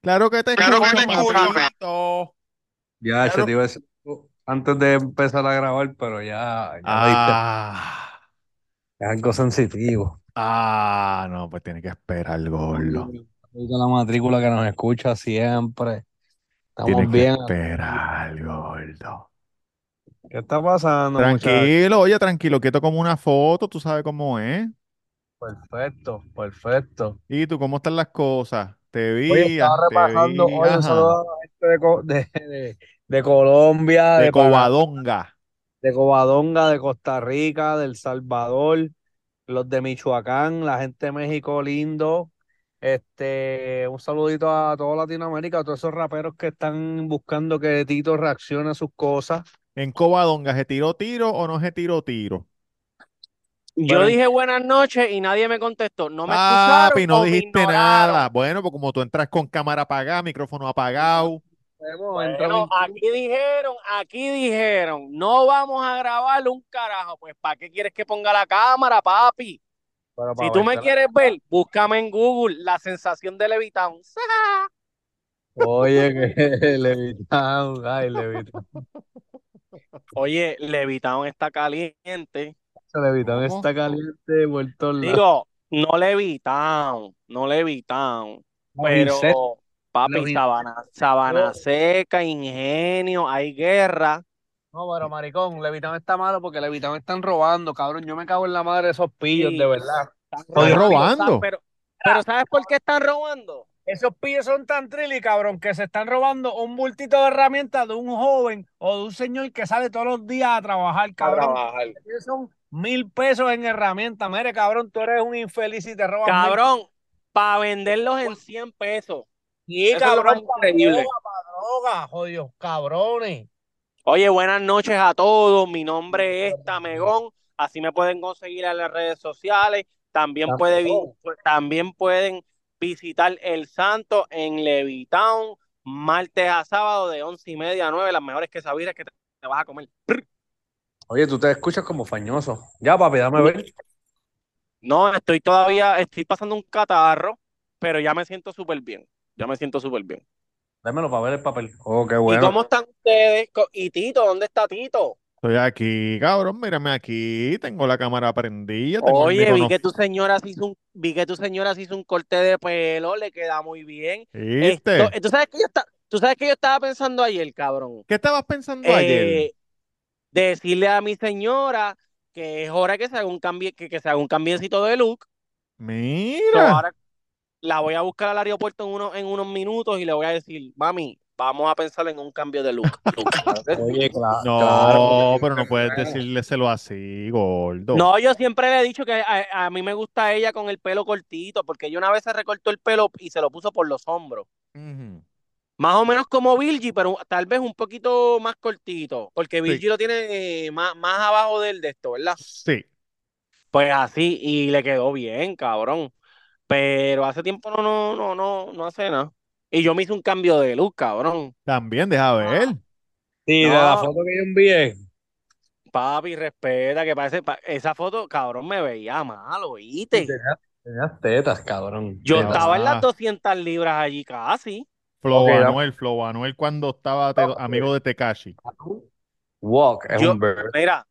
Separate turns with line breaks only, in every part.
Claro que te
Claro que te
escucho,
escucho.
papito.
Ya, ese
Claro.
te iba a decir antes de empezar a grabar, pero ya, ya diste,
Ah,
es algo sensitivo.
ah, no, pues tiene que esperar, gordo.
Digo La matrícula que nos escucha siempre.
Tiene
Estamos
que
bien.
esperar, gordo.
¿Qué está pasando, muchachos?
Tranquilo, oye, tranquilo, quieto como una foto, tú sabes cómo es.
Perfecto, perfecto.
¿Y tú cómo están las cosas? Te
Hoy
vi,
estaba
te
repasando,
vi,
hoy un
ajá,
saludo a la gente de, Co- de, de- de Colombia,
de
de, Panamá,
Covadonga.
de Covadonga, de Costa Rica, del Salvador, los de Michoacán, la gente de México lindo. Este, un saludito a toda Latinoamérica, a todos esos raperos que están buscando que Tito reaccione a sus cosas.
En Covadonga, ¿se tiró tiro o no se tiró tiro?
Yo
Pero-
dije buenas noches y nadie me contestó. No me
Papi,
escucharon
no
o me
dijiste
ignoraron.
nada. Bueno, pues como tú entras con cámara apagada, micrófono apagado.
Bueno, entra
Bueno,
mi-
aquí dijeron, aquí dijeron, no vamos a grabar un carajo. Pues, ¿para qué quieres que ponga la cámara, papi?
pero para
Si tú me
verte la-
quieres ver, búscame en Google la sensación de Levitown.
Oye, que Levitown, ay, Levitown,
Oye, Levitown está caliente.
Levitown
¿Cómo?
está caliente, vuelto
Mm.
loco.
Digo, no Levitown, no Levitown.
Insecto,
Pero,
los
papi,
insectos.
Sabana,
Oh.
Sabana Seca, Ingenio, hay guerra.
No, pero maricón, Levitown está malo porque Levitown están robando, cabrón. Yo me cago en la madre de esos pillos, de
Sí.
verdad.
Están
Oye,
robando,
robando.
sa- Pero, pero ¿sabes por qué están robando?
Esos pillos son tan trilly, cabrón, que se están robando un bultito de herramientas de un joven o de un señor que sale todos los días a trabajar, cabrón. Ellos Son mil pesos en herramientas. Mire, cabrón, tú eres un infeliz y te robas mil
Cabrón, para venderlos en 100 pesos.
Sí,
Eso es lo más
pa'
increíble.
droga, pa' droga, jodidos cabrones.
Oye, buenas noches a todos. Mi nombre es Tamegón. Así me pueden conseguir en las redes sociales. También, puede vi-
Tamegón.
también pueden visitar El Santo en Levitown, martes a sábado de 11 y media a 9. Las mejores quesadillas que te, te vas a comer.
Oye, tú te escuchas como fañoso. Ya, papi, dame ver.
No, estoy todavía, estoy pasando un catarro, pero ya me siento súper bien. Ya me siento súper bien.
Dámelo para ver el papel. Oh, qué
¿Y
bueno.
cómo están ustedes? Co- ¿Y Tito? ¿Dónde está Tito?
Estoy aquí, cabrón, mírame aquí. Tengo la cámara prendida, tengo el
Oye, vi
micrófono.
que tu señora se hizo un, vi que tu señora se hizo un corte de pelo, le queda muy bien.
¿Viste?
Esto- eh, ¿tú sabes que yo esta- tú sabes que yo estaba pensando ayer, cabrón.
¿Qué estabas pensando ayer?
Eh, decirle a mi señora que es hora que se haga un cambie, que, que se haga un cambiecito de look. So,
Mira.
ahora la voy a buscar al aeropuerto en unos, en unos minutos y le voy a decir, mami, vamos a pensar en un cambio de look.
Oye, cla-
No,
claro.
pero no puedes decírselo así, gordo.
No, yo siempre le he dicho que a, a mí me gusta ella con el pelo cortito, porque ella una vez se recortó el pelo y se lo puso por los hombros.
Ujú.
Más o menos como Virgie, pero tal vez un poquito más cortito, porque Virgie lo tiene eh, más, más abajo del de esto, ¿verdad?
Sí.
Pues así, y le quedó bien, cabrón. Pero hace tiempo no, no, no, no, no hace nada. Y yo me hice un cambio de look, cabrón.
También, deja ver.
Sí, de
No.
la foto que yo envié.
Papi, respeta, que parece, pa- esa foto, cabrón, me veía mal, ¿oíste?
Tenías, tenías tetas, cabrón.
Yo
tetas.
estaba en
Ah.
las 200 libras allí casi.
Flow
Ok, la-
Anuel, Flow Anuel cuando estaba te- amigo de Tekashi.
Walk es
Yo-
un verb.
Mira,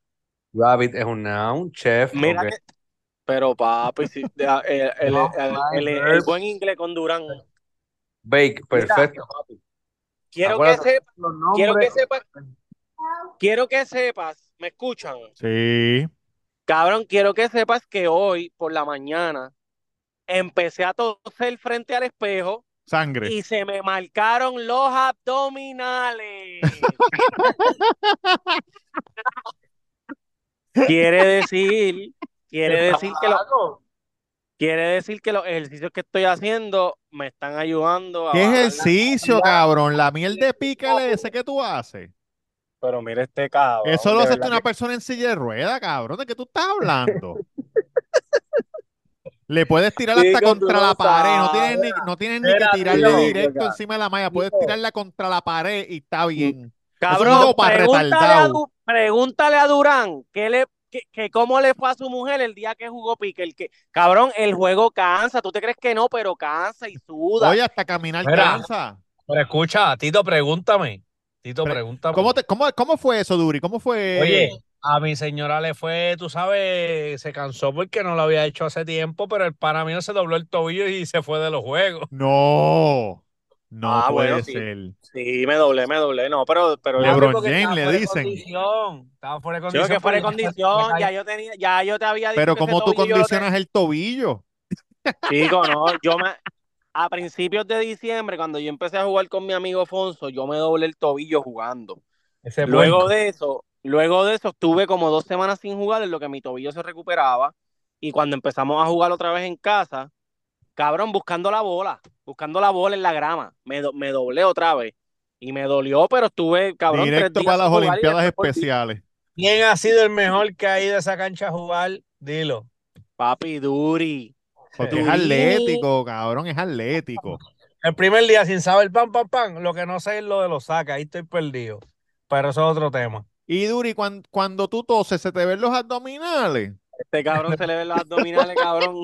Rabbit es un noun. Chef.
mira
ok.
que- Pero papi, sí, de- a- el, el-
No,
el-
my
el- el
verbs.
buen inglés con Durán.
Bake. Perfecto, papi.
Quiero que,
Acuérdate
sepas,
los
quiero que
nombres.
sepas, quiero que sepas, ¿me escuchan?
Sí.
Cabrón, quiero que sepas que hoy por la mañana empecé a toser frente al espejo
Sangre.
y se me marcaron los abdominales. Quiere decir, quiere decir que lo, quiere decir que los ejercicios que estoy haciendo me están ayudando a
¿Qué
bajar la-
ejercicio, cabrón? La miel de pícale ese que tú haces.
Pero mira este cabrón,
Eso lo
de
hace
verdad
una
que-
persona en silla de rueda, cabrón. ¿De qué tú estás hablando? Le puedes tirar hasta
Chico, tú
contra
no
la pared. No tienes ni,
sabes.
no tienes ni que
Espera,
tirarle
tío.
directo encima de la malla. Puedes
Tío.
tirarla contra la pared y está bien.
Cabrón,
juego pa'
pregúntale a,
retardado.
Du- pregúntale a Durán qué le, que, que cómo le fue a su mujer el día que jugó Pique. El que, cabrón, el juego cansa. Tú te crees que no, pero cansa y suda.
Oye, hasta caminar
Mira.
cansa.
Pero escucha, Tito, pregúntame. Tito,
Pre-
pregúntame.
¿Cómo, te- cómo, ¿Cómo fue eso, Duri? ¿Cómo fue?
Oye, a mi señora le fue, tú sabes, se cansó porque no lo había hecho hace tiempo, pero el pana mío se dobló el tobillo y se fue de los juegos.
No. No
Ah,
puede
bueno, sí.
ser.
Sí, me doblé, me doblé. No, pero, pero
Le- LeBron
Papi, porque
James,
estaba
le
fuera de
dicen.
condición, Estaba fuera de
yo
condición.
que fuera de
porque-
condición, ya yo tenía, ya yo te había dicho
Pero
que
¿cómo
ese
tú
tobillo yo lo
condicionas el tobillo?
Chico, no, yo me a principios de diciembre, cuando yo empecé a jugar con mi amigo Fonso, yo me doblé el tobillo jugando.
Ese
Luego
puerco.
de eso, luego de eso estuve como dos semanas sin jugar en lo que mi tobillo se recuperaba. Y cuando empezamos a jugar otra vez en casa, cabrón, buscando la bola, buscando la bola en la grama, me, do- me doblé otra vez. Y me dolió, pero estuve, cabrón, tres
Directo
días
para las
sin jugar y
Olimpiadas
después volví.
Especiales.
¿Quién ha sido el mejor que ha ido a esa cancha a jugar? Dilo.
Papi, Duri.
Porque es
Duri.
atlético, cabrón, es atlético.
El primer día sin saber pan, pan, pan. Lo que no sé es lo de los sacas. Ahí estoy perdido. Pero eso es otro tema.
Y Duri, cuan- cuando, tú toses, ¿se te ven los abdominales?
Este cabrón se le ven los abdominales, cabrón.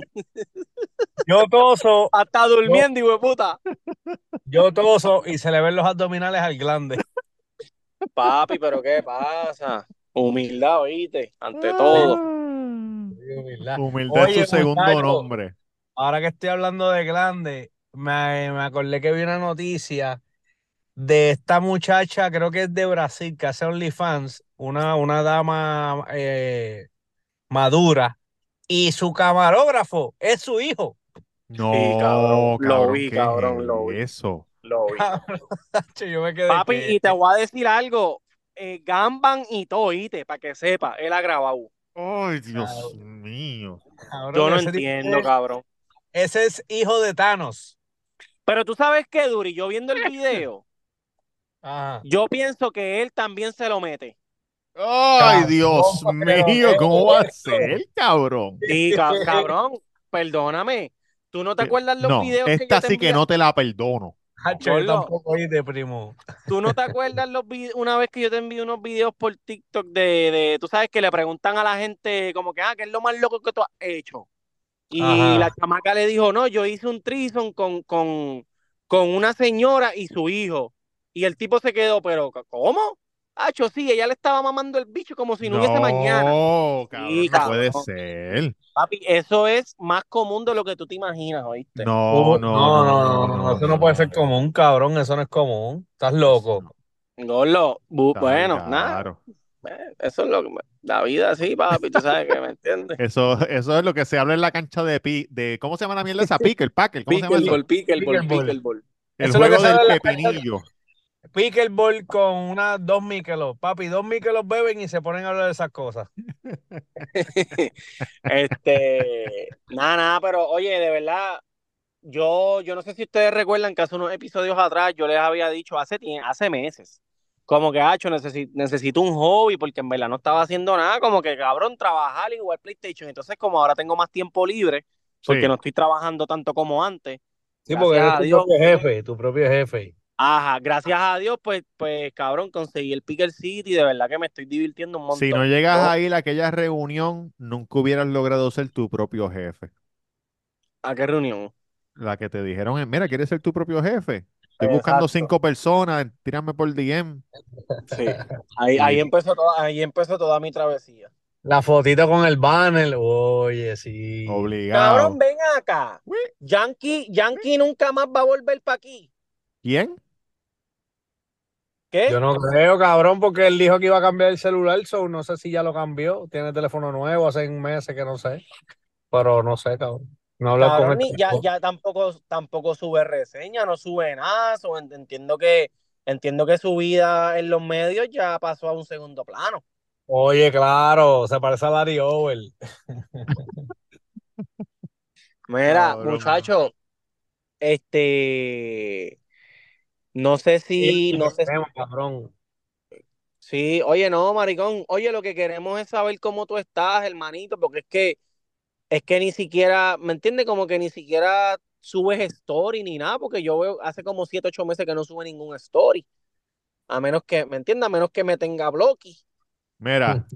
Yo toso,
Hasta durmiendo, hijo de puta.
yo toso y se le ven los abdominales al glande.
Papi, pero ¿qué pasa? Humildad, oíste, ante
Ah.
todo.
Mm.
Humildad
Oye,
es su segundo
muchacho.
nombre.
Ahora que estoy hablando de grande, me, me acordé que vi una noticia de esta muchacha, creo que es de Brasil, que hace OnlyFans, una, una dama eh, madura, y su camarógrafo es su hijo.
No,
cabrón, lo
cabrón,
vi,
¿qué
cabrón,
es
lo vi.
Eso.
Lo vi.
Yo me quedé
Papi,
que-
y te voy a decir algo. eh, Gamban y todo, oíste, para que sepa, él ha grabado.
Ay, Dios
Cabrón.
mío.
cabrón,
Yo no
ese tipo
eh.
entiendo,
es-
cabrón.
Ese es hijo de Thanos.
Pero tú sabes qué, Duri, yo viendo el video,
Ajá.
yo pienso que él también se lo mete.
Ay,
Cabrón,
Dios
pero
mío,
¿qué
¿cómo va a
es
ser, cabrón?
Sí, ca- cabrón, perdóname. ¿Tú no te
Sí.
acuerdas los
No,
videos que yo
esta
te
sí que
envié?
no te la perdono.
Hacho, yo
Gordo.
tampoco oíste, primo.
¿Tú no te acuerdas los vi- una vez que yo te envié unos videos por TikTok de, de- tú sabes que le preguntan a la gente como que, ah, ¿qué es lo más loco que tú has hecho? Y
Ajá.
la chamaca le dijo, no, yo hice un trison con, con, con una señora y su hijo. Y el tipo se quedó, pero ¿cómo? Hacho, sí, ella le estaba mamando el bicho como si no, hubiese mañana.
No, cabrón,
Sí,
no puede
cabrón.
ser.
Papi, eso es más común de lo que tú te imaginas, ¿oíste?
No, no,
Oh, no, no, no, no, eso no puede ser común, cabrón, eso no es común. Estás loco.
Gorlo, bu-
Está
Pues bueno,
claro.
nada, eh, eso es lo que me- la vida sí, papi, tú sabes que me entiendes.
Eso, eso es lo que se habla en la cancha de, pi- de ¿cómo se llama la mierda esa? Pique, el packer, ¿cómo se llama? eso?
Pickleball, pickleball,
Pickleball.
pickleball.
El
Eso es lo que
juego
se
del
habla en la cancha de-
pepinillo.
Pickleball con unas dos Mikelos. Papi, dos Mikelos beben y se ponen a hablar de esas cosas.
Este, nada, nada, pero oye, de verdad, yo, yo no sé si ustedes recuerdan que hace unos episodios atrás yo les había dicho hace, tie- hace meses, como que, hacho, necesi- necesito un hobby porque en verdad no estaba haciendo nada, como que cabrón, trabajar y jugar PlayStation. Entonces, como ahora tengo más tiempo libre, porque
Sí.
no estoy trabajando tanto como antes,
Sí,
porque eres tu propio
jefe, tu propio jefe.
ajá, gracias a Dios, pues, pues cabrón, conseguí el Pickle City, de verdad que me estoy divirtiendo un montón.
Si no llegas
Yo-
a ir a aquella reunión, nunca hubieras logrado ser tu propio jefe.
¿A qué reunión?
La que te dijeron es, mira, ¿quieres ser tu propio jefe? Estoy buscando
Exacto.
cinco personas, tírame por DM.
Sí, ahí, ahí, empezó toda, ahí empezó toda mi travesía.
La fotito con el banner. Oye, sí.
Obligado.
Cabrón, ven acá.
Uy.
Yankee, Yankee nunca más va a volver para aquí.
¿Quién?
¿Qué?
Yo no creo, cabrón, porque él dijo que iba a cambiar el celular, so no sé si ya lo cambió. Tiene teléfono nuevo hace un mes que no sé. Pero no sé, cabrón. No habla
Cabrón,
con
ni-
él.
ya, ya tampoco, tampoco sube reseña, no sube nada. so, en- entiendo que, entiendo que su vida en los medios ya pasó a un segundo plano.
Oye, claro, se parece a Larry Over.
Mira,
Cabrón.
muchacho, este, no sé si, no sé si-
Tema, cabrón.
Sí, oye, no, maricón. Oye, lo que queremos es saber cómo tú estás, hermanito, porque es que es que ni siquiera, ¿me entiendes? Como que ni siquiera subes story ni nada, porque yo veo hace como siete, ocho meses que no sube ningún story. A menos que, ¿me entiendes? A menos que me tenga bloque.
Mira,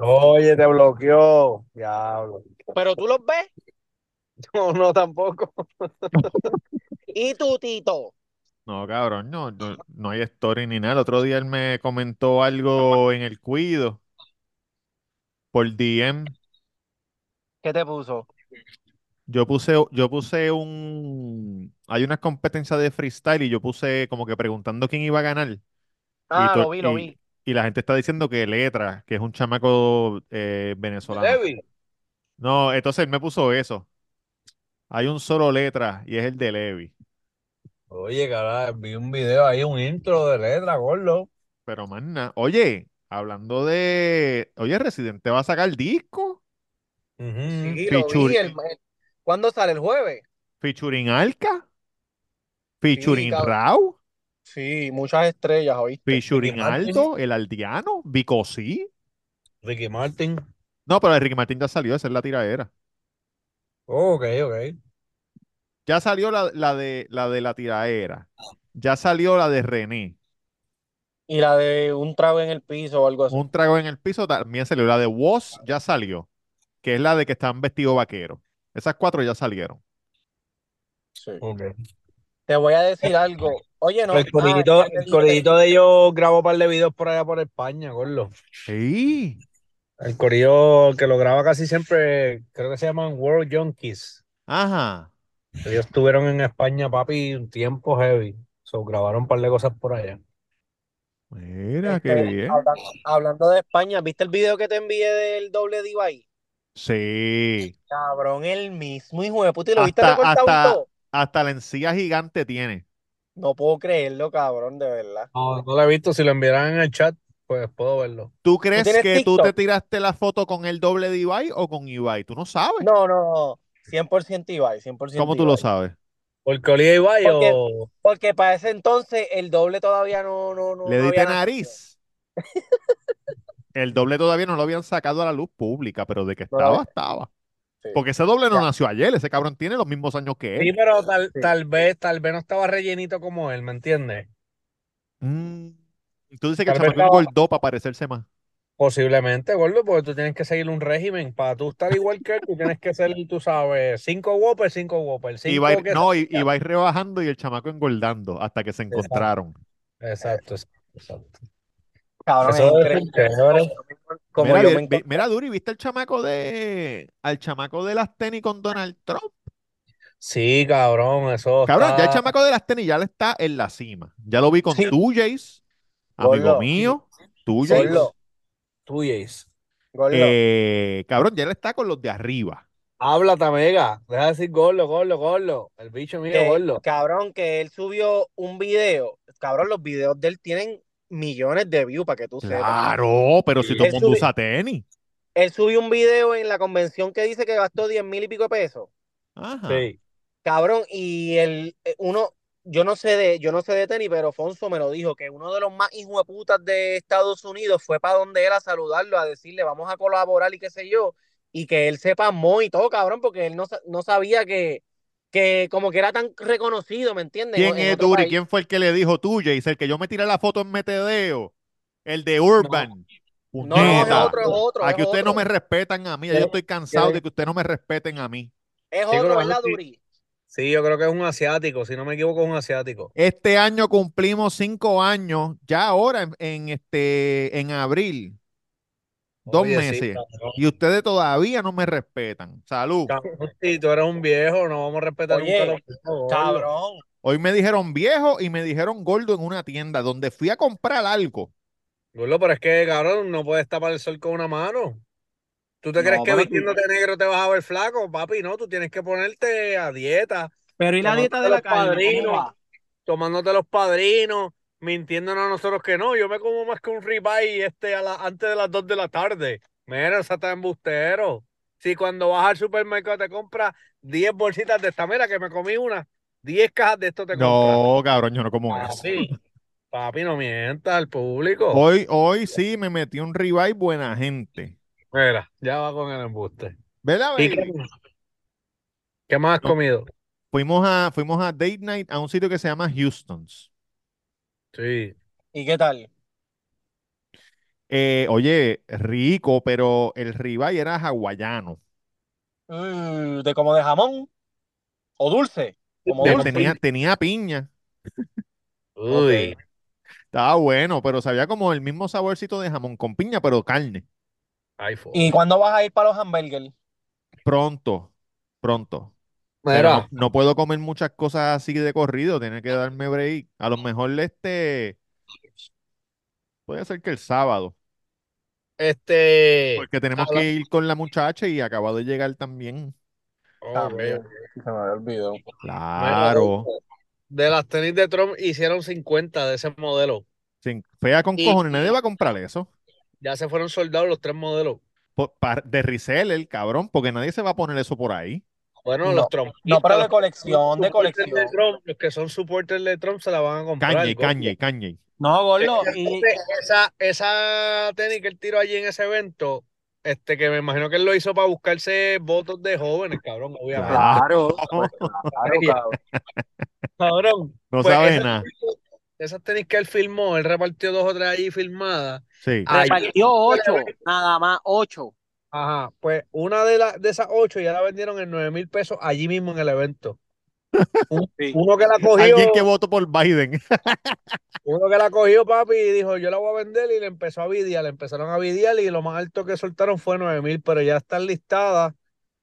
Oye, te bloqueó. Diablo.
Pero tú los ves
No, no, tampoco.
y tu tito.
No, cabrón, no, no, no hay story ni nada. El otro día él me comentó algo en el cuido por DM.
¿Qué te puso?
Yo puse, yo puse un, hay unas competencias de freestyle y yo puse como que preguntando quién iba a ganar.
Ah,
to-
lo vi, lo vi.
Y la gente está diciendo que Letra, que es un chamaco eh, venezolano.
Levi.
No, entonces él me puso eso. Hay un solo letra y es el de Levi.
Oye, cabrón, vi un video ahí, un intro de letra, gordo.
Pero más nada. Oye, hablando de. Oye, Residente va a sacar disco.
Ujú.
Sí, lo
Fichuri.
vi. el- el- ¿Cuándo sale? ¿El jueves?
Featuring Alka. Featuring
cabrón.
Rau.
Sí, muchas estrellas hoy.
Featuring
Martin.
Aldo. El Aldiano. Bicosí.
Ricky Martin.
No, pero Enrique Martín ya salió. Esa es la tiradera.
Oh, ok, ok.
Ya salió la, la de, la de la tiradera. Ya salió la de René.
Y la de un trago en el piso o algo así.
Un trago en el piso también salió. La de Woz ya salió. Que es la de que están vestidos vaqueros. Esas cuatro ya salieron.
Sí.
Ok.
Te voy a decir algo. Oye, no. ah,
el corillito,
corillito
el corillito de ellos grabó un par de videos por allá por España, gordo.
¡Sí!
El corillo que lo graba casi siempre, creo que se llaman World Junkies.
Ajá.
Ellos estuvieron en España, papi, un tiempo heavy. So, grabaron un par de cosas por allá.
Mira, qué
Este,
bien.
hablan- Hablando de España, ¿viste el video que te envié del doble diva ahí?
Sí.
Cabrón, el mismo hijo de puta. ¿Y lo viste
Hasta-
recortado y
hasta-
todo?
Hasta la encía gigante tiene.
No puedo creerlo, cabrón, de verdad.
No, no lo he visto. Si lo enviaran en el chat, pues puedo verlo.
¿Tú crees
tienes
que tú
TikTok?
te tiraste la foto con el doble de Ibai o con Ibai? Tú no sabes.
No, no, no. 100% Ibai, 100%
¿Cómo tú lo
Ibai.
sabes?
Porque Olivia oh, Ibai
Porque-
o.
Porque para ese entonces el doble todavía no, no, no.
Le
no
diste
había nacido.
nariz. El doble todavía no lo habían sacado a la luz pública, pero de que
No lo
estaba,
había-
estaba.
Sí.
Porque ese doble no
Ya.
nació ayer. Ese cabrón tiene los mismos años que
Sí,
él.
pero tal,
Sí.
tal vez, tal vez no estaba rellenito como él, ¿me entiendes?
Mm. Tú dices que el
Tal vez
chamaco
estaba-
engordó para parecerse más.
Posiblemente, gordo, porque tú tienes que seguir un régimen. Para tú estar igual que él, tú tienes que ser, tú sabes, cinco Whopper, cinco Whopper, cinco
Ibai,
que-
no, I- Ibai rebajando y el chamaco engordando hasta que se encontraron.
Exacto, exacto.
Cabrón,
Eso
es
es
increíble.
chévere.
Como
mira,
yo
vi-
me
vi-
encontré.
mira, Duri, ¿viste el chamaco de al chamaco de las tenis con Donald Trump?
Sí, cabrón,
Pues
eso
Cabrón, ya el
está.
chamaco de las tenis ya le está en la cima. Ya lo vi con
Sí.
tu Jace, amigo
Gordo.
mío, tu Jace.
Gordo,
Tú, Jace.
gordo.
Eh, cabrón, ya le está con los de arriba.
Habla, Tamega. Deja de decir gordo, gordo, gordo. El bicho mío,
que-
gordo.
cabrón, que él subió un video. Cabrón, los videos de él tienen millones de views, para que tú sepas.
Claro, pero si todo el
Él
mundo
sube-
usa tenis.
Él subió un video en la convención que dice que gastó 10 mil y pico de pesos.
Ajá.
Sí.
Cabrón, y el eh, uno, yo no sé de, yo no sé de tenis, pero Fonso me lo dijo, que uno de los más hijueputas de Estados Unidos fue para donde él a saludarlo, a decirle vamos a colaborar y qué sé yo, y que él sepa muy y todo, cabrón, porque él no, sa- no sabía que, que como que era tan reconocido, ¿me entiendes?
¿Quién
En
es
otro
Duri?
país.
¿Quién fue el que le dijo tú, Jace? El que yo me tiré la foto en Metedeo. El de Urban.
No, no, es
Puñeta.
otro, es otro,
Aquí
es
ustedes
otro.
no me respetan a mí. Ya yo estoy cansado de que ustedes no me respeten a mí.
Es
Sí,
otro,
pero-
¿verdad, Duri?
Sí, yo creo que es un asiático. Si no me equivoco, es un asiático.
Este año cumplimos cinco años, ya ahora en, en este, en abril, dos
Oye, sí,
meses,
cabrón.
y ustedes todavía no me respetan. Salud.
Cabrón, Si tú eres un viejo, no vamos a respetar
Oye,
nunca los viejos, gordo.
Cabrón.
Hoy me dijeron viejo y me dijeron gordo en una tienda donde fui a comprar algo.
Gordo, pero es que, cabrón, no puedes tapar el sol con una mano. ¿Tú te
No,
crees que
mano, tú-
vistiéndote negro te vas a ver flaco, papi? No, tú tienes que ponerte a dieta,
Pero ¿y
la dieta de la carne? ¿Cómo
padrinos.
va? tomándote los padrinos, mintiéndonos a nosotros que no. Yo me como más que un ribeye este a la, antes de las 2 de la tarde. Mira, o sea, está embustero. Si cuando vas al supermercado te compras 10 bolsitas de esta, mira que me comí una, 10 cajas de esto te Ah, compras.
No, cabrón, yo no como eso.
Papi, papi, no mientas al público.
Hoy, hoy sí me metí un ribeye buena gente.
Mira, ya va con el embuste.
¿Verdad,
¿Y
baby?
qué, qué más has
No.
comido?
Fuimos a, fuimos a date night a un sitio que se llama Houston's.
Sí.
¿Y qué tal?
Eh, oye, rico, pero el ribeye era hawaiano.
Mm, de como de jamón o dulce, como
Te-
dulce.
Tenía, tenía piña.
Ok.
Uy.
Estaba Ah, bueno, pero sabía como el mismo saborcito de jamón con piña, pero carne.
iPhone.
¿Y cuándo vas a ir para los hamburgers?
Pronto, pronto. Pero
Mira,
no, no puedo comer muchas cosas así de corrido, tiene que darme break. A lo mejor este puede ser que el sábado,
este.
porque tenemos
habla-
que ir con la muchacha y acabo de llegar también.
Oh,
Pues, También,
man.
se me había olvidado.
Claro.
De las tenis de Trump hicieron 50 de ese modelo.
Sin, fea con
Y-
cojones, nadie va a comprar eso.
Ya se fueron soldados los tres modelos.
Po- pa- de reseller, el cabrón, porque nadie se va a poner eso por ahí.
Bueno,
No,
los Trump.
No, pero de colección, de
Los supporters
colección.
de Trump, los que son supporters de Trump se la van a comprar.
Cañe,
gordo.
cañe, cañe.
No, gordo, y-
Entonces, Esa, esa tenis que él tiró allí en ese evento, este que me imagino que él lo hizo para buscarse votos de jóvenes, cabrón, obviamente.
Claro.
claro, claro.
Cabrón,
No
Pues
sabe
esa-
nada.
esas tenis que él filmó, él repartió dos o tres allí filmadas.
Sí.
Ay,
Repartió ocho, nada más ocho.
Ajá, pues una de, las de esas ocho ya la vendieron en 9 mil pesos allí mismo en el evento. Un-
Sí.
Uno que la cogió,
Alguien que votó por Biden.
uno que la cogió, papi, y dijo, yo la voy a vender y le empezó a vidiar, le empezaron a vidiar y lo más alto que soltaron fue 9 mil, pero ya están listadas,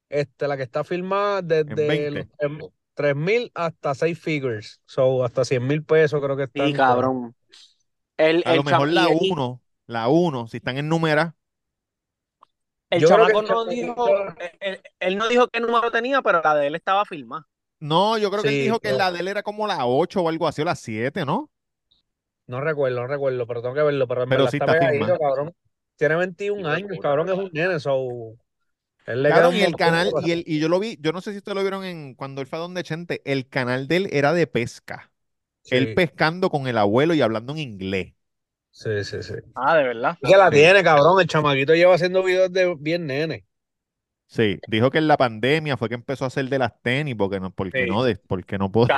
este, la que está firmada desde
20.
los 3 mil hasta 6 figures, so hasta 100 mil pesos creo que están.
Sí, cabrón. El,
A
el
lo mejor
cham-
la
y- y-
1, la 1, si están en número,
El
Yo creo
chamaco
que-
no dijo, él, él no dijo qué número tenía, pero la de él estaba firmada.
No, yo creo que él
Sí,
dijo que
no.
la de él era como la 8 o algo así, o la 7, ¿no?
No recuerdo, no recuerdo, pero tengo que verlo, pero en
Pero
verdad
sí
está
está
pegadito,
firmado.
cabrón. Tiene 21 años, cabrón, es un nene, so... él le queda
Cabrón,
un
y el
montón de
canal,
cosas.
y, el, y yo lo vi, yo no sé si ustedes lo vieron en cuando él fue a donde Chente, el canal de él era de pesca. Él
Sí,
pescando con el abuelo y hablando en inglés.
sí, sí, sí.
Ah, de verdad.
Es que la
Sí.
tiene, cabrón. El chamaquito lleva haciendo videos de bien nene.
Sí, dijo que en la pandemia fue que empezó a hacer de las tenis, porque no, porque
Sí.
no, de- porque no, pod-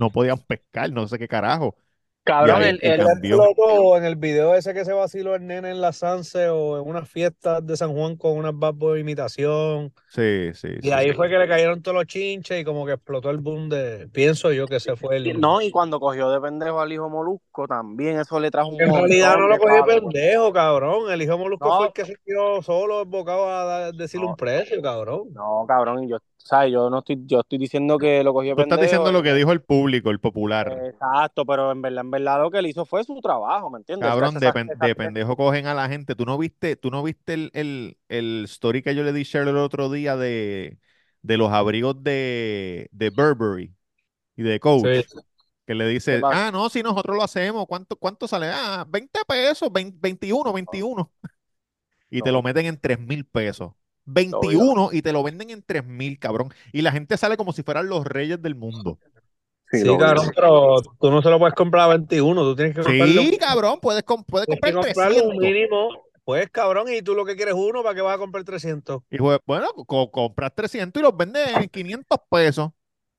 no podían pescar, no sé qué carajo.
Cabrón,
Y ahí
el,
te
el-
cambió.
Explotó en el video ese que se vaciló el nene en la Sanse o en unas fiestas de San Juan con unas bad boy imitación.
Sí, sí,
Y
sí.
ahí fue que le cayeron todos los chinches y como que explotó el boom de. Pienso yo que se fue el.
no, y cuando cogió de pendejo al hijo Molusco también, eso le trajo un
En realidad no
montón
lo
de
cogió
palo.
pendejo, cabrón. El hijo Molusco
No.
fue el que se quedó solo embocado a dar- decirle
No.
un precio, cabrón.
No, cabrón, yo, ¿sabes? Yo no estoy, yo estoy diciendo que lo cogió
Tú estás
pendejo.
diciendo lo que dijo el público, el
Eh,
popular.
Exacto, pero en verdad, en verdad lo que él hizo fue su trabajo, ¿me entiendes?
Cabrón,
Él
de,
se
pen-
hace esa-
de
esa-
pendejo cogen a la gente. ¿Tú no viste, tú no viste el, el, el story que yo le di share el otro día de, de los abrigos de, de Burberry y de Coach?
Sí.
Que le dice,
¿Qué pasa?
ah, no, si nosotros lo hacemos, ¿cuánto, cuánto sale? Ah, 20 pesos, 20 21, 21. Y te
No.
lo meten en 3 mil pesos.
No,
21 y te lo venden en 3 mil, cabrón. Y la gente sale como si fueran los reyes del mundo.
Sí, cabrón, pero tú no se lo puedes comprar a 21, tú tienes que comprarlo.
Sí, cabrón, puedes, com- puedes
Tienes que
comprar
comprarlo un
300.
mínimo. Pues, cabrón, y tú lo que quieres es uno, ¿para qué vas a comprar 300?
Y pues, bueno, co- compras 300 y los vendes en 500 pesos.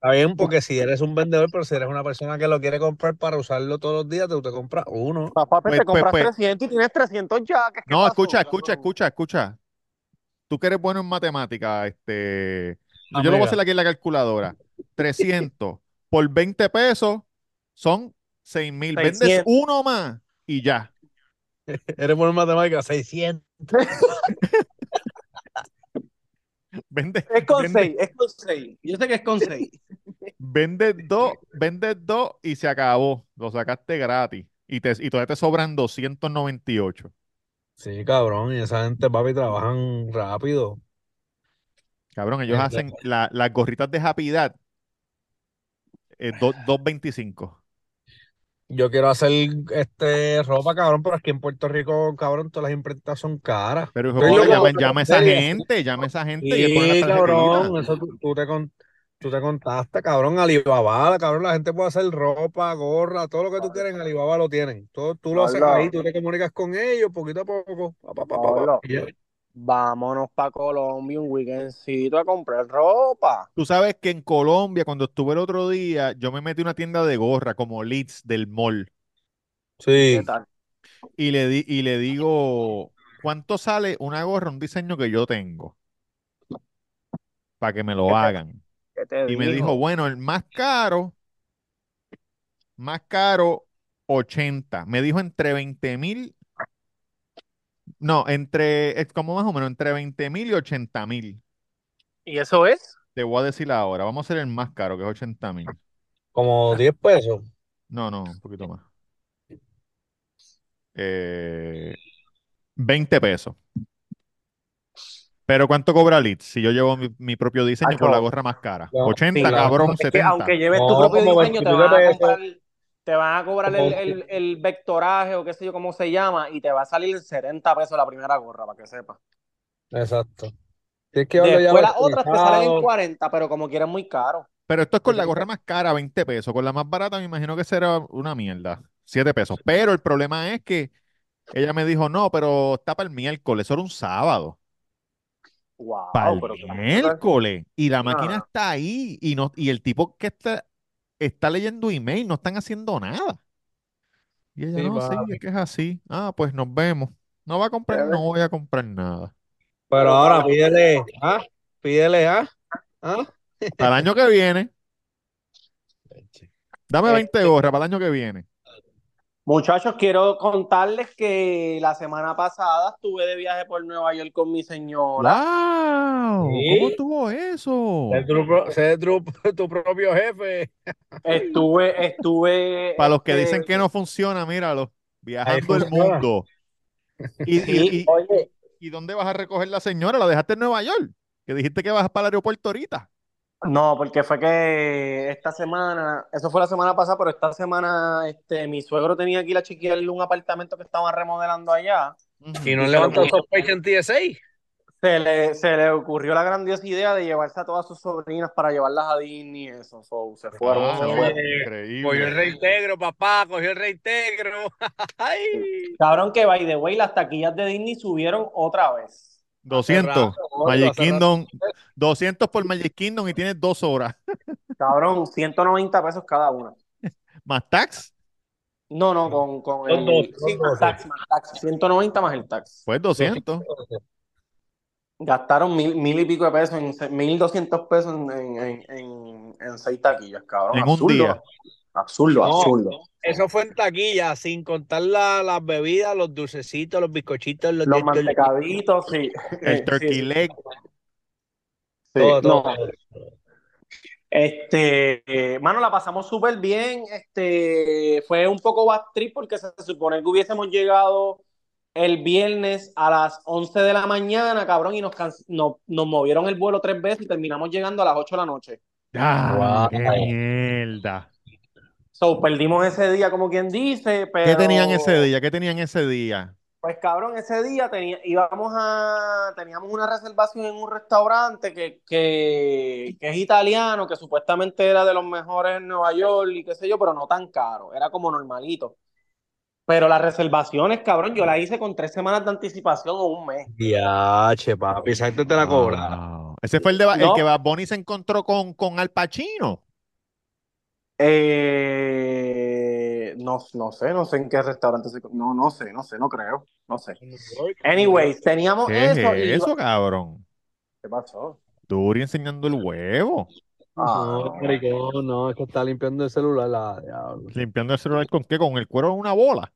Está bien, porque si eres un vendedor, pero si eres una persona que lo quiere comprar para usarlo todos los días, tú te compras uno.
Papá,
Pues,
te compras
pues, pues.
300 y tienes 300 ya. ¿qué- qué
No,
pasó,
escucha,
cabrón?
escucha, escucha, escucha. Tú que eres bueno en matemática, este.
Ah,
yo lo voy a
mira.
hacer aquí en la calculadora. 300 por 20 pesos son 6 mil. Vendes
600.
uno más y ya.
Eres bueno en matemáticas, 600.
Vendes,
Es con
vendes-
6, es con 6. Yo sé que es con 6.
vendes dos, vendes dos y se acabó. Lo sacaste gratis. Y, te, y todavía te sobran 298.
Sí, cabrón, y esa gente, papi, trabajan rápido.
Cabrón, ellos
Entiendo.
hacen la- las gorritas de Japidad. Eh, do- 225.
Yo quiero hacer este ropa, cabrón, pero aquí en Puerto Rico, cabrón, todas las imprentas son caras.
Pero hijo,
Pero
puta,
yo
llama,
como-
llama a esa
serio.
gente, llama a esa gente y le ponen
Sí,
las tarjetitas.
cabrón, eso tú, tú te con, tú te contaste, cabrón, Alibaba, cabrón, la gente puede hacer ropa, gorra, todo lo que tú quieras en Alibaba lo tienen. Todo, tú lo haces
Hola.
ahí, tú te comunicas con ellos poquito a poco. pa, pa, pa, pa, pa.
Hola.
Y ya.
Vámonos para Colombia un weekendcito a comprar ropa.
Tú sabes que en Colombia, cuando estuve el otro día, yo me metí a una tienda de gorra como Leeds del mall
Sí,
¿Qué tal?
y le, di- y le digo, ¿cuánto sale una gorra, un diseño que yo tengo? Para que me lo hagan.
¿Qué te
Y me
digo?
dijo, bueno, el más caro, más caro, 80. Me dijo entre 20 mil, no, entre, es como más o menos, entre 20 mil y 80 mil.
¿Y eso es?
Te voy a decir ahora, vamos a hacer el más caro, que es 80 mil.
Como 10 pesos.
No, no, un poquito más. Eh, 20 pesos. Pero ¿cuánto cobra Litz si yo llevo mi, mi propio diseño con la
Acho.
gorra más cara?
No,
80,
sí, Ah, no.
cabrón,
Es que
70.
aunque lleves tu
No,
propio
como
diseño, te
29
van a
pesos.
cobrar, te van a cobrar el,
Como
el- el vectoraje o qué sé yo cómo se llama y te va a salir 70 pesos la primera gorra, para que sepas.
Exacto. Si es que hablo ya
Después
lo
las otras te salen en
utilizado.
40, pero como quieras muy caro.
Pero esto es con la gorra más cara, 20 pesos. Con la más barata me imagino que será una mierda, 7 pesos. Pero el problema es que ella me dijo, no, pero está para el miércoles, eso era un sábado.
Wow,
Para
pero qué
el miércoles. Y la máquina
Ah.
está ahí. Y, no, y el tipo que está, está leyendo email no están haciendo nada. Y ella,
Sí,
no, sí,
papi.
es que es así. Ah, pues nos vemos. No va a comprar, no voy a comprar nada.
Pero ahora pídele, ¿ah? Pídele, ¿ah? ¿Ah?
Para el año que viene, dame 20 gorras para el año que viene.
Muchachos, quiero contarles que la semana pasada estuve de viaje por Nueva York con mi señora.
¡Wow! ¿Cómo
Sí.
estuvo eso?
Sé tu, pro- sé tu, tu propio jefe.
Estuve, estuve.
Para los que
este,
dicen que no funciona, míralo.
Ahí
Viajando el
funciona.
mundo. ¿Y, y,
Sí,
y-
oye,
y dónde vas a recoger la señora? ¿La dejaste en Nueva York? Que dijiste que vas para el aeropuerto ahorita.
no, porque fue que esta semana, eso fue la semana pasada, pero esta semana este, mi suegro tenía que ir a chequearle un apartamento que estaban remodelando allá.
Ujú.
Y no
Y se
levantó
lo-
sospecha en TSA.
Se le, se le ocurrió la grandiosa idea de llevarse a todas sus sobrinas para llevarlas a Disney y eso. so, se fueron,
Ah,
se
no,
fueron.
eh, Cogió el
increíble.
reintegro, papá, cogió el reintegro. Ay.
Cabrón, que by the way, las taquillas de Disney subieron otra vez.
Hace
200.
rato, gordo,
Magic
hace rato.
Kingdom. 200 por Magic Kingdom y tienes dos horas.
Cabrón, 190 pesos cada una.
Más tax,
No, no, con, con
Son
el.
12,
Sí,
son 12.
más tax, más tax. 190 más el tax.
pues 200.
Gastaron mil, mil y pico de pesos, en, se- 1200 pesos en, en, en, en- en seis taquillas, cabrón.
En un
absurdo.
día.
Absurdo,
No,
absurdo.
Eso fue en taquilla, sin contar la- las bebidas, los dulcecitos, los bizcochitos, los de
Los
estos, los-
mantecaditos, sí.
El
Sí,
turkey
sí,
leg.
sí.
todo, todo.
No, Este, eh, mano, la pasamos súper bien. Este, fue un poco back trip porque se supone que hubiésemos llegado el viernes a las 11 de la mañana, cabrón, y nos, can- no- nos movieron el vuelo tres veces y terminamos llegando a las 8 de la noche.
¡Ah, qué
Guau.
mierda!
So, perdimos ese día, como quien dice,
¿Qué
pero
tenían ese día? ¿Qué tenían ese día?
pues cabrón, ese día tenía- íbamos a, teníamos una reservación en un restaurante que, que, que es italiano, que supuestamente era de los mejores en Nueva York y qué sé yo, pero no tan caro, era como normalito. Pero las reservaciones, cabrón, yo la hice con tres semanas de anticipación o un mes.
Ya, che, papi, esa gente te la cobra.
Wow. Ese fue el, de, Ba- el
No.
que Bad Bunny se encontró con, con Al Pacino.
Eh, no, no sé, no sé en qué restaurante se... No, no sé, no sé, no creo, no sé.
En New York, en New York.
Anyways, teníamos
¿Qué es
eso y...
eso, cabrón?
¿Qué pasó?
Duri enseñando el huevo.
Ah,
No,
no.
maricón, no, es que está limpiando el celular, la diablo.
Limpiando el celular con qué? Con el cuero de una bola.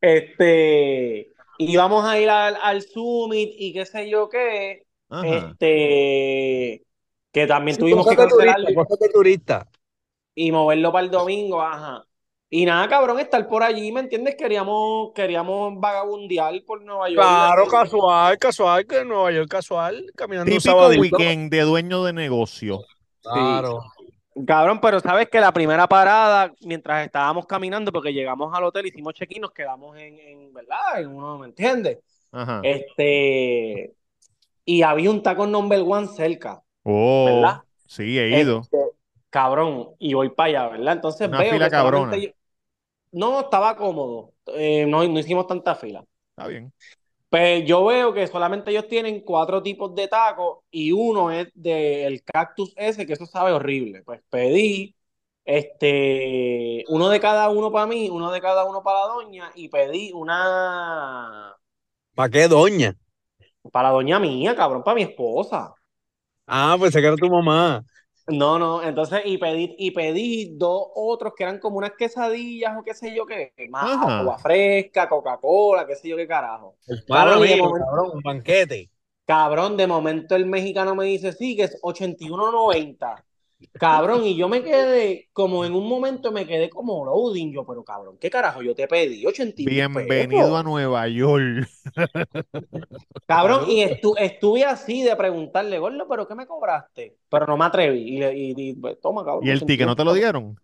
Este, íbamos a ir al, al Summit y qué sé yo qué,
Ajá.
este, que también
Sí,
tuvimos
cosas
que
de turista,
cancelarlo
cosas de turista.
y moverlo para el domingo, ajá. Y nada, cabrón, estar por allí, ¿me entiendes? Queríamos, queríamos vagabundear por Nueva York y
Claro,
así.
casual, casual, que en Nueva York casual, caminando un
Típico
sabadito.
weekend de dueño de negocio.
Claro.
Cabrón, pero sabes que la primera parada, mientras estábamos caminando, porque llegamos al hotel, hicimos check-in, nos quedamos en, en, ¿verdad? En uno, ¿me entiendes?
Ajá.
Eh, Este, y había un taco number one cerca,
Oh,
¿verdad?
sí, he ido.
Este, cabrón, y voy para allá, ¿verdad? Entonces
Una
veo
fila
que solamente
cabrona.
yo- no estaba cómodo, eh, no, no hicimos tanta fila.
Está bien.
Pues yo veo que solamente ellos tienen cuatro tipos de tacos y uno es del cactus ese, que eso sabe horrible. Pues pedí Este, uno de cada uno para mí, uno de cada uno para la doña, y pedí una
¿Para qué, doña?
para la doña mía, cabrón, para mi esposa.
Ah, pensé que era tu mamá.
No, no, entonces, y pedí, y pedí dos otros que eran como unas quesadillas o qué sé yo qué, más
Ajá.
agua fresca, Coca-Cola, qué sé yo qué carajo.
Para
Cabrón, y de
mí,
momento-
cabrón, un banquete.
Cabrón, de momento el mexicano me dice, sí, que es 81.90. Cabrón, y yo me quedé, como en un momento me quedé como loading, yo, pero cabrón, ¿qué carajo yo te pedí? 81
Bienvenido
pesos.
a Nueva York.
Cabrón, y estu- estuve así de preguntarle, gordo, ¿pero qué me cobraste? Pero no me atreví. Y, le- y- y, pues, toma, cabrón.
¿Y el
81
ticket no te lo
pesos.
dieron?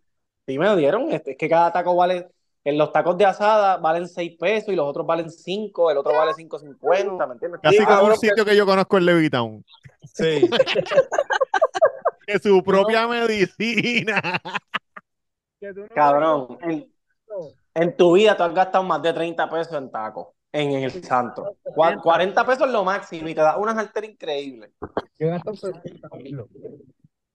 Sí, me lo dieron. Este, Es que cada taco vale, en los tacos de asada valen 6 pesos y los otros valen 5, el otro vale 5.50, ¿me entiendes?
Casi
Sí,
como un
cabrón,
sitio que yo conozco en Levittown.
Sí.
Que su propia medicina.
Que tú no me
Cabrón, en-
digas,
En tu vida tú has gastado más de 30 pesos en tacos, en el santo. Cua- 40 pesos es lo máximo y te da unas alteras increíbles.
Yo gasto 60, Carlos.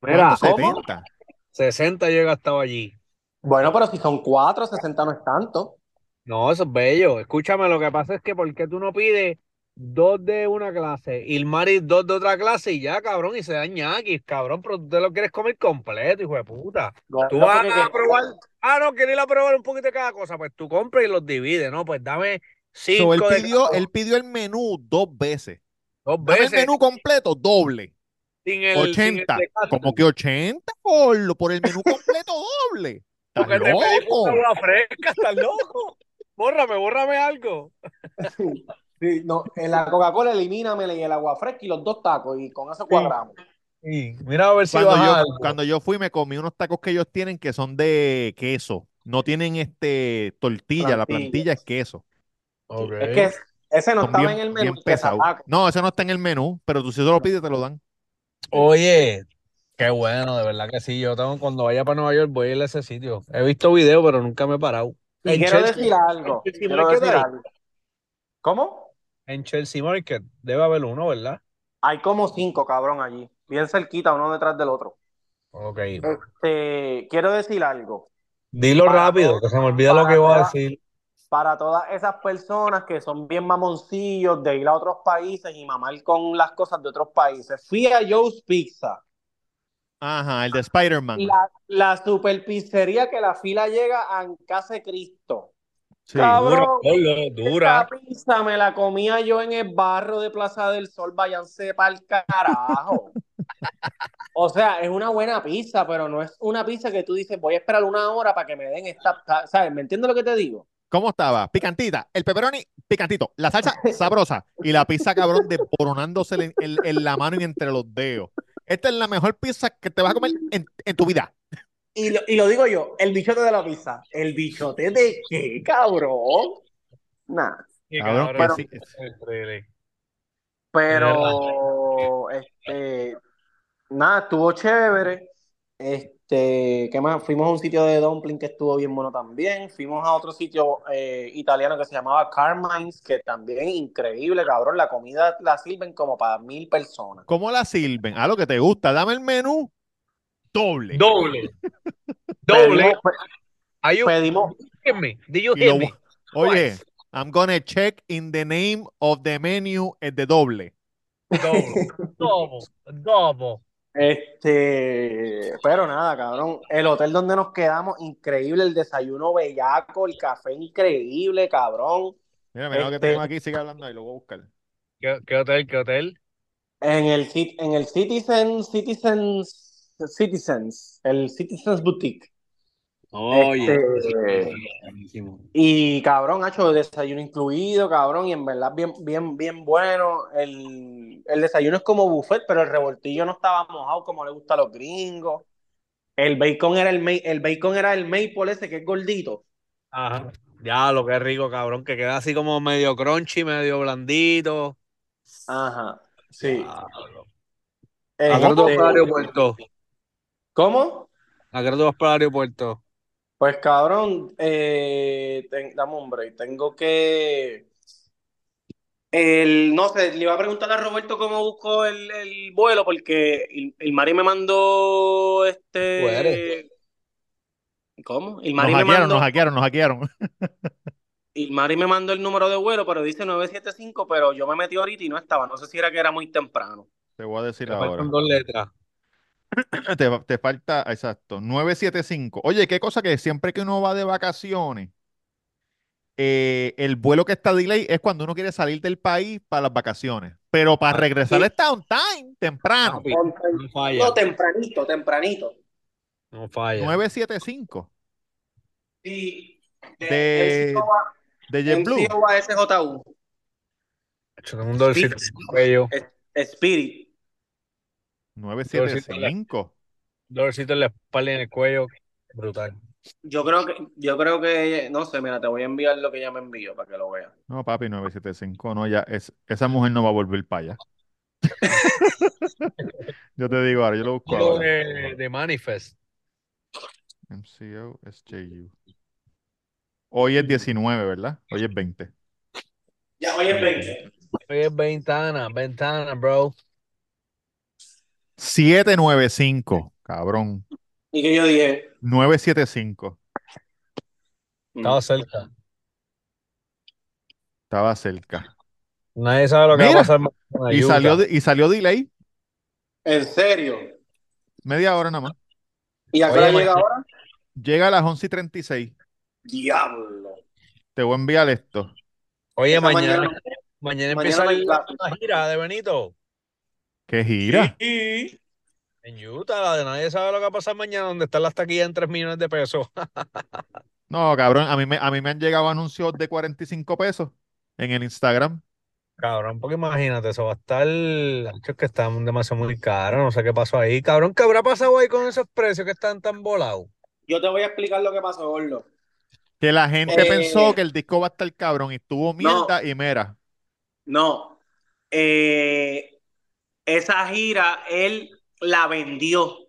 Mira,
¿Cuánto?
¿cómo?
70.
60 yo he gastado allí.
Bueno, pero si son 4, 60 no es tanto.
No, eso es bello. Escúchame, lo que pasa es que ¿por qué tú no pides dos de una clase, Ilmari dos de otra clase y ya, cabrón, y se dan ñaquis, cabrón, pero tú te lo quieres comer completo, hijo de puta. Tú vas
Porque-
a probar, ah, no, quieres ir a probar un poquito de cada cosa, pues tú compras y los divides, ¿no? Pues dame
So, él,
cinco de
pidió,
cada-
él pidió el menú dos veces.
dos
Dame el
veces
menú completo doble.
sin el, sin el
80.
de carne.
Como que 80 por, lo- por el menú completo doble.
Porque
¿Estás
te pedí
loco?
una agua fresca, estás loco. Bórrame, bórrame algo.
Sí, no, en la Coca-Cola elimínamela y el agua fresca y los dos tacos y con eso cuadramos.
mira a ver
Cuando yo, cuando yo fui, me comí unos tacos que ellos tienen que son de queso. No tienen este tortilla, la plantilla
Plantilla.
es queso.
Es que ese no
Son
estaba
bien,
en el menú,
bien
el
pesados.
quesataco.
No, eso no está en el menú, pero tú si se lo pides, te lo dan.
Oye, qué bueno, de verdad que sí. Yo tengo, cuando vaya para Nueva York voy a ir a ese sitio. He visto videos, pero nunca me he parado.
Y
En
quiero
Chelsea,
decir algo.
Chelsea
quiero
Market
decir
hay.
algo. ¿Cómo?
en Chelsea Market debe haber uno, ¿verdad?
Hay como cinco, cabrón, allí. Bien cerquita, uno detrás del otro.
Ok.
Este, quiero decir algo.
Dilo
Para
rápido,
todo-
que se me olvida lo
para
que iba a
toda-
decir.
Para todas esas personas que son bien mamoncillos de ir a otros países y mamar con las cosas de otros países, fui a Joe's Pizza,
Ajá, el de Spider-Man.
la, la super pizzería que la fila llega a en casa de Cristo.
Sí.
Cabrón,
Pablo,
esa
dura.
pizza me la comía yo en el barro de Plaza del Sol, váyanse pa'l carajo. O sea, es una buena pizza, pero no es una pizza que tú dices, voy a esperar una hora para que me den esta, ¿sabes? ¿Me entiendes lo que te digo?
¿Cómo estaba? Picantita, el pepperoni picantito, la salsa sabrosa y la pizza cabrón desboronándose en, en- en la mano y entre los dedos. Esta es la mejor pizza que te vas a comer en, en tu vida.
Y lo, y lo digo yo, el bichote de la pizza. ¿El bichote de qué, cabrón? Nah,
Sí,
Cabrón,
cabrón,
que sí.
increíble.
pero este, nada, estuvo chévere. Este, ¿qué más? Fuimos a un sitio de dumpling que estuvo bien bueno también. Fuimos a otro sitio eh, italiano que se llamaba Carmine's, que también increíble, cabrón. La comida la sirven como para mil personas.
¿Cómo la sirven? A lo que te gusta, dame el menú doble.
Doble. Doble.
Pedimos, pe-
Are you
pedimos,
hear me? Did you
Y lo-
hear me?
oye, I'm gonna check in the name of the menu es de doble.
Doble. Doble. Doble.
Este, pero nada, cabrón. El hotel donde nos quedamos, increíble, el desayuno bellaco, el café increíble, cabrón.
Mira, mira lo que
Este-
tengo aquí, sigue hablando ahí, lo voy a buscar.
¿Qué, qué hotel? ¿Qué hotel?
En el, Cit- en el Citizen, Citizens, Citizens, el Citizens Boutique. Este, y cabrón, ha hecho desayuno incluido, cabrón, y en verdad bien, bien, bien bueno. El, el desayuno es como buffet, pero el revoltillo no estaba mojado como le gusta a los gringos. El bacon era el, ma- el bacon era el maple ese que es gordito.
Ajá. Ya, lo que es rico, cabrón, que queda así como medio crunchy, medio blandito.
Ajá, sí.
Diablo.
Este,
Ah, ¿A qué hora tú vas para el aeropuerto?
¿Cómo?
¿A qué hora tú vas para el aeropuerto?
Pues cabrón, eh, ten- dame un break, tengo que... El, no sé, le iba a preguntar a Roberto cómo busco el, el vuelo porque el, el Mari me mandó
Tú eres.
este... ¿Cómo? El
Nos
Mari me
hackearon, nos
mandó,
hackearon, nos hackearon.
el Mari me mandó el número de vuelo, pero dice 975, pero yo me metí ahorita y no estaba. No sé si era que era muy temprano.
Te voy a decir
Te
ahora.
faltan dos letras.
Te, fa- te falta, exacto, 975. Oye, qué cosa que siempre que uno va de vacaciones, eh, el vuelo que está delay es cuando uno quiere salir del país para las vacaciones. Pero para regresar
Ah, sí.
está on time, temprano,
Papi, Ah, no falla.
tempranito, tempranito.
No
Ah,
falla.
975
Sí,
De- de JetBlue.
a SJU.
Hecho, tengo un dolorcito en el cuello,
Spirit.
Dolorcito
975.
dolorcito en la espalda y en el cuello. Brutal.
Yo creo que, yo creo que, no sé, mira, te voy a enviar lo que ella me envió para que lo veas.
No, papi, 975. No, ya, es- esa mujer no va a volver para allá. Yo te digo ahora, yo lo busco
Lo
ahora.
de, eh, de Manifest.
MCO SJU. Hoy es 19, ¿verdad? Hoy es 20.
Ya, hoy es 20.
Oye, es ventana, ventana, bro.
795, cabrón.
Y que yo dije,
975.
Estaba cerca.
Estaba cerca.
Nadie sabe lo que
Mira.
va a pasar mañana,
Y
Utah.
salió, de- y salió delay
¿en serio?
media hora nada más.
¿Y a
Oye,
qué hora llega
Michael.
ahora?
Llega a las 11 y 36.
Diablo.
Te voy a enviar esto.
Oye,
Esta
mañana,
mañana-
mañana
mañana
empieza
no hay
la,
clase.
la gira de Benito.
¿Qué gira?
Sí.
En Utah, la de nadie sabe lo que va a pasar mañana, donde están las taquillas en 3 millones de pesos.
No, cabrón, a mí, me, a mí me han llegado anuncios de 45 pesos en el Instagram.
Cabrón, porque imagínate, eso va a estar. Hacho, Es que está demasiado muy caro, no sé qué pasó ahí. Cabrón, ¿qué habrá pasado ahí con esos precios que están tan volados?
Yo te voy a explicar lo que pasó, Orlo.
Que la gente
Eh.
pensó que el disco va a estar cabrón y estuvo mierda y mera.
No. Eh, esa gira él la vendió.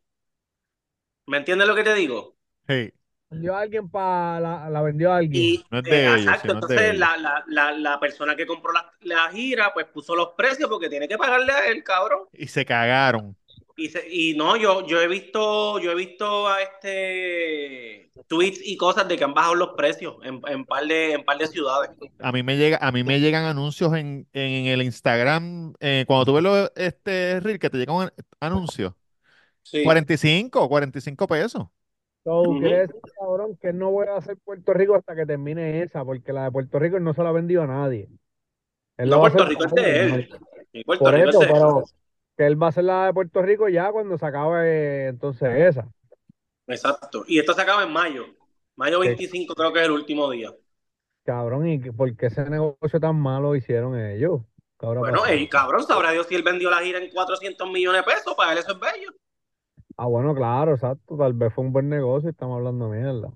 ¿Me entiendes lo que te digo?
Hey,
Vendió a alguien para la, la vendió a alguien.
Y eh,
No es de ellos,
exacto,
sino es de
entonces
ellos.
la, la, la, la persona que compró la, la gira, pues puso los precios porque tiene que pagarle a él, cabrón.
y se cagaron.
Y, se- y no, yo, yo he visto, yo he visto a este tweets y cosas de que han bajado los precios en, en par de, en par de ciudades.
A mí me llega, a mí me llegan anuncios en, en el Instagram. eh, cuando tú ves los este reel que te llegan an- anuncios.
Sí.
45, 45 pesos.
So,
Ujú.
quiere decir, cabrón, que no voy a hacer Puerto Rico hasta que termine esa, porque la de Puerto Rico no se la ha vendido a nadie. Él la
No,
va a hacer
Puerto Rico es
para
de
alguien,
él.
¿no?
Sí, Puerto
Por
Rico es
eso,
de él.
pero que él va a hacer la de Puerto Rico ya cuando se acabe entonces esa.
Exacto. Y esto se acaba en mayo. Mayo 25 creo que es el último día.
Cabrón, ¿y qué- por qué ese negocio tan malo hicieron ellos? ¿Qué habrá
Bueno,
pasado?
el cabrón, sabrá Dios si él vendió la gira en 400 millones de pesos, para él eso es bello. Eh,
Ah, bueno, claro, exacto. Tal vez fue un buen negocio y estamos hablando mierda.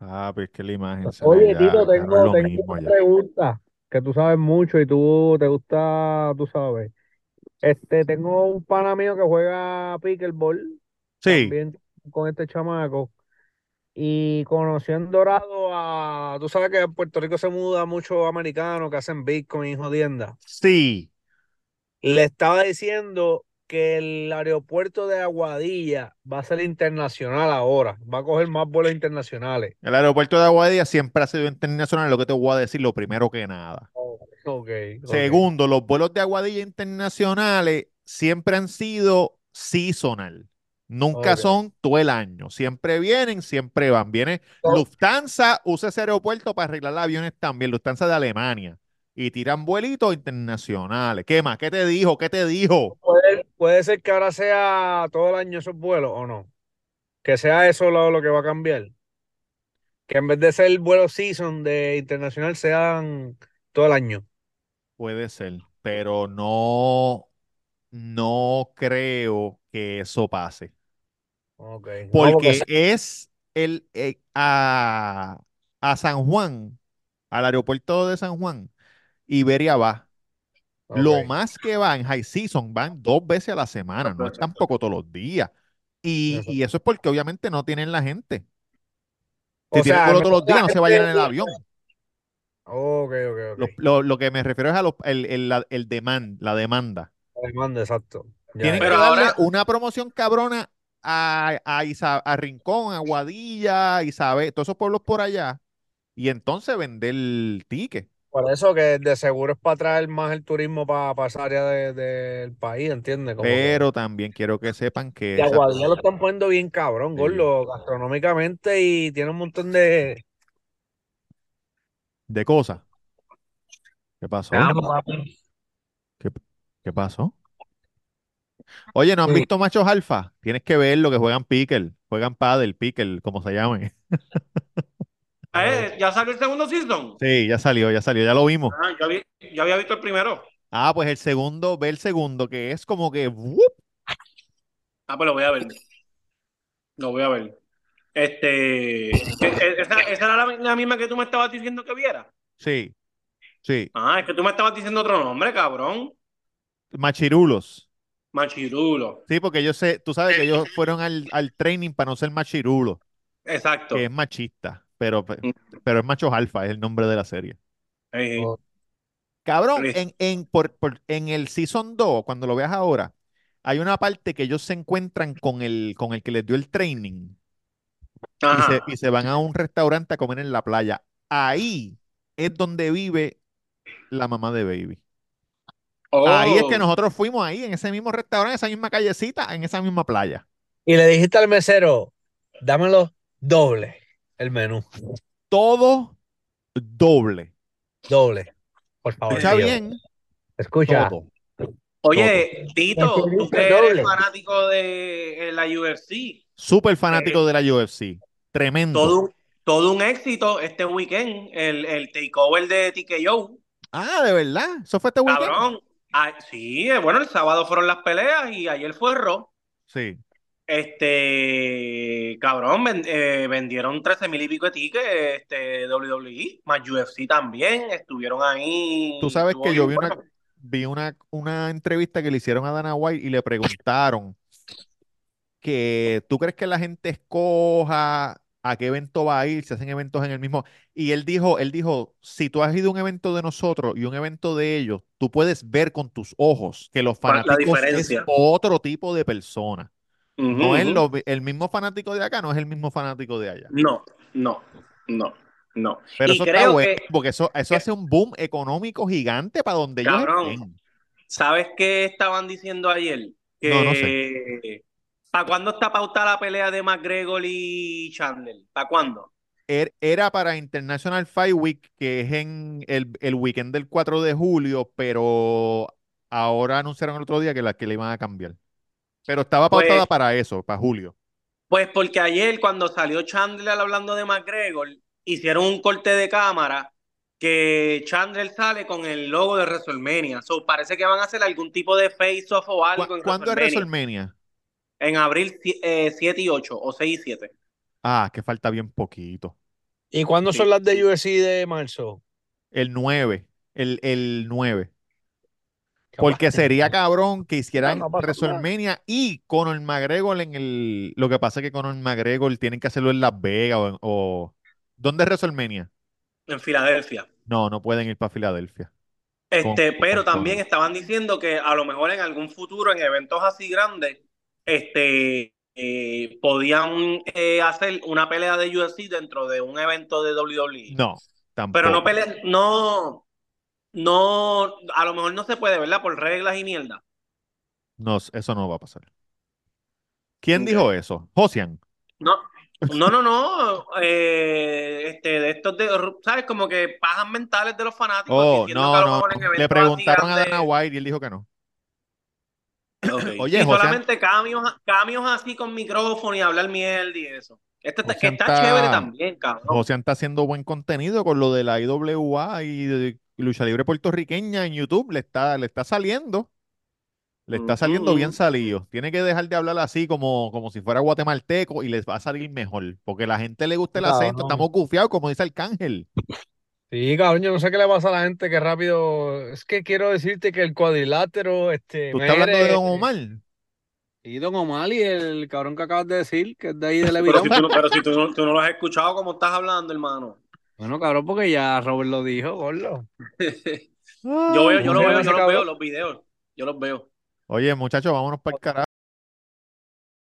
Ah, pero es que la imagen se
Oye,
ve ya,
Tito,
ya no es
tengo,
lo
tengo
mismo
una
ya.
pregunta que tú sabes mucho y tú te gusta, tú sabes. Este, tengo un pana mío que juega pickleball
Sí,
también con este chamaco y conoció en Dorado a, tú sabes que en Puerto Rico se muda mucho americanos que hacen Bitcoin y jodienda.
sí.
Le estaba diciendo que el aeropuerto de Aguadilla va a ser internacional ahora, va a coger más vuelos internacionales.
El aeropuerto de Aguadilla siempre ha sido internacional, lo que te voy a decir lo primero que nada.
Ok, ok.
Segundo, los vuelos de Aguadilla internacionales siempre han sido seasonal. Nunca
Ok.
son todo el año. Siempre vienen, siempre van. Viene
No.
Lufthansa, usa ese aeropuerto para arreglar aviones también. Lufthansa de Alemania. Y tiran vuelitos internacionales. ¿Qué más? ¿Qué te dijo? ¿Qué te dijo?
Puede, puede ser que ahora sea todo el año esos vuelos o no. Que sea eso lo, lo que va a cambiar. Que en vez de ser el vuelo season de internacional sean todo el año.
Puede ser, pero no, no creo que eso pase.
Ok. No,
Porque
se-
es el eh, a, a San Juan, al aeropuerto de San Juan, Iberia va.
ok.
Lo más que va en high season van dos veces a la semana, no es tampoco todos los días. Y,
Exacto.
y eso es porque obviamente no tienen la gente.
O
Si tienen
sea,
vuelo
no
todos los días, no se va a llenar el avión.
Ok, ok, ok.
Lo, lo- lo que me refiero es a los- el, el- la- el demand, la demanda.
La demanda, exacto. Ya,
Tienen
ya.
que
Pero
darle
ahora-
una promoción cabrona a, a, Isa- a Rincón, a Guadilla, a Isabel, todos esos pueblos por allá, y entonces vender el ticket.
Por eso que de seguro es para traer más el turismo para, esa área de- del país, ¿entiendes? Como que-
Pero también quiero que sepan que
Y a
esa-
Guadilla lo están poniendo bien cabrón,
Sí.
gordo, gastronómicamente y tiene un montón de...
de cosas. ¿Qué pasó? ¿Qué pasó? Oye, ¿no han
Sí.
visto machos alfa? Tienes que ver lo que juegan pickle, juegan paddle, pickle, como se llame.
Eh, ¿Ya salió el segundo season?
Sí, ya salió, ya salió, ya lo vimos.
Ah, yo, había, yo había visto el primero.
Ah, pues el segundo, ve el segundo, que es como que ¡wup!
Ah, pues lo voy a ver. Lo voy a ver. Este, e- e- esa, esa era la, la misma que tú me estabas diciendo que viera.
Sí, sí,
Ah, es que tú me estabas diciendo otro nombre, cabrón.
machirulos.
Machirulo.
Sí, porque yo sé, tú
Eh,
sabes que ellos fueron al, al training para no ser machirulos,
Exacto.
que es machista, pero,
Mm.
pero es machos alfa, es el nombre de la serie.
Eh,
Oh.
Cabrón,
Chris.
en, en, por- por- en el Season 2, cuando lo veas ahora, hay una parte que ellos se encuentran con el, con el que les dio el training y
ajá.
se, y se van a un restaurante a comer en la playa. Ahí es donde vive la mamá de Baby. Ahí es que
Oh.
nosotros fuimos ahí, en ese mismo restaurante, en esa misma callecita, en esa misma playa.
Y le dijiste al mesero, dámelo doble, el menú,
Todo doble.
doble, por favor.
Escucha
tío.
bien,
Escucha,
todo.
Oye, Tito,
Machirulo
tú que
es
eres
doble.
fanático de eh, la UFC,
Súper fanático de la UFC. Tremendo.
Eh, todo, un- todo un éxito este weekend, el, el takeover de TKO.
Ah, de verdad. Eso fue este weekend.
Cabrón. Ah, sí, eh, bueno, el sábado fueron las peleas y ayer fue Raw.
Sí.
Este, cabrón, ven- eh, vendieron 13 mil y pico de tickets, este, WWE, más UFC también, estuvieron ahí.
Tú sabes
estuvo
que
bien
yo vi una,
bueno.
vi una, una entrevista que le hicieron a Dana White y le preguntaron que tú crees que la gente escoja a qué evento va a ir, si hacen eventos en el mismo. Y él dijo, él dijo, si tú has ido a un evento de nosotros y un evento de ellos, tú puedes ver con tus ojos que los
¿Cuál es la
fanáticos es
diferencia?
otro tipo de persona. No
Ujú,
es
ujú.
lo- el mismo fanático de acá, no es el mismo fanático de allá.
No, no, no, no.
Pero
Y
eso está
creo
bueno,
que-
porque eso, eso hace un boom económico gigante para donde ellos
Cabrón.
estén.
¿Sabes qué estaban diciendo ayer? Que,
No, no
¿Para cuándo está pautada la pelea de McGregor y Chandler? ¿Para cuándo?
Er- Era para International Fight Week, que es en el, el weekend del 4 de julio, pero ahora anunciaron el otro día que la que le iban a cambiar. Pero estaba
Pues-
pautada para eso, para julio.
Pues porque ayer cuando salió Chandler hablando de McGregor, hicieron un corte de cámara que Chandler sale con el logo de WrestleMania. So, parece que van a hacer algún tipo de face-off o
¿Cu-
algo en
¿Cuándo es
WrestleMania.
WrestleMania?
En abril si- eh, 7 y 8 o 6 y 7.
Ah, que falta bien poquito.
¿y cuándo
Sí.
son las de UFC de marzo?
El 9, el, el 9. Porque sería cabrón que hicieran
No, no pasa nada.
WrestleMania y Conor McGregor en el. Lo que pasa es que Conor McGregor tienen que hacerlo en Las Vegas o. en- o- ¿Dónde es WrestleMania?
En Filadelfia.
No, no pueden ir para Filadelfia.
Este,
Con-
pero
con
también
Conor.
estaban diciendo que a lo mejor en algún futuro, en eventos así grandes, este, eh, podían eh, hacer una pelea de UFC dentro de un evento de E. WWE.
No, tampoco.
Pero no pelean, no, no, a lo mejor no se puede, ¿verdad? Por reglas y mierda.
No, eso no va a pasar. ¿Quién
Ok.
dijo eso? Josian.
No, no, no, no. eh, este, de estos de, ¿sabes? Como que pajas mentales de los fanáticos
Oh,
diciendo que a
no,
lo
no.
mejor en
Le
eventos así
preguntaron a
grandes-
Dana White y él dijo que no.
Ok.
Oye,
y
José-
solamente cambios, cambios así con micrófono y hablar mierda y eso. Este está,
José
que está
está-
chévere también, cabrón.
Josian está haciendo buen contenido con lo de la IWA y de Lucha Libre Puertorriqueña en YouTube. Le está, le está saliendo. Le está saliendo bien
Ujú.
salido. Tiene que dejar de hablar así como, como si fuera guatemalteco y les va a salir mejor. Porque la gente le gusta el
Cabrón.
acento. Estamos gufiados, como dice Arcángel.
Sí, cabrón, yo no sé qué le pasa a la gente, que rápido. Es que quiero decirte que el cuadrilátero, este,
Tú estás hablando de
mere-
Don Omar.
Y Don Omar y el cabrón que acabas de decir, que es de ahí de
Pero
Levirón.
si, tú, no- pero si tú, no, tú no lo has escuchado como estás hablando, hermano.
Bueno, cabrón, porque ya Robert lo dijo, gordo.
Yo veo, yo lo
Ay,
veo,
ese
yo los
Ah.
cabrón.
veo, los videos. Yo los veo.
Oye, muchachos, vámonos para el carajo.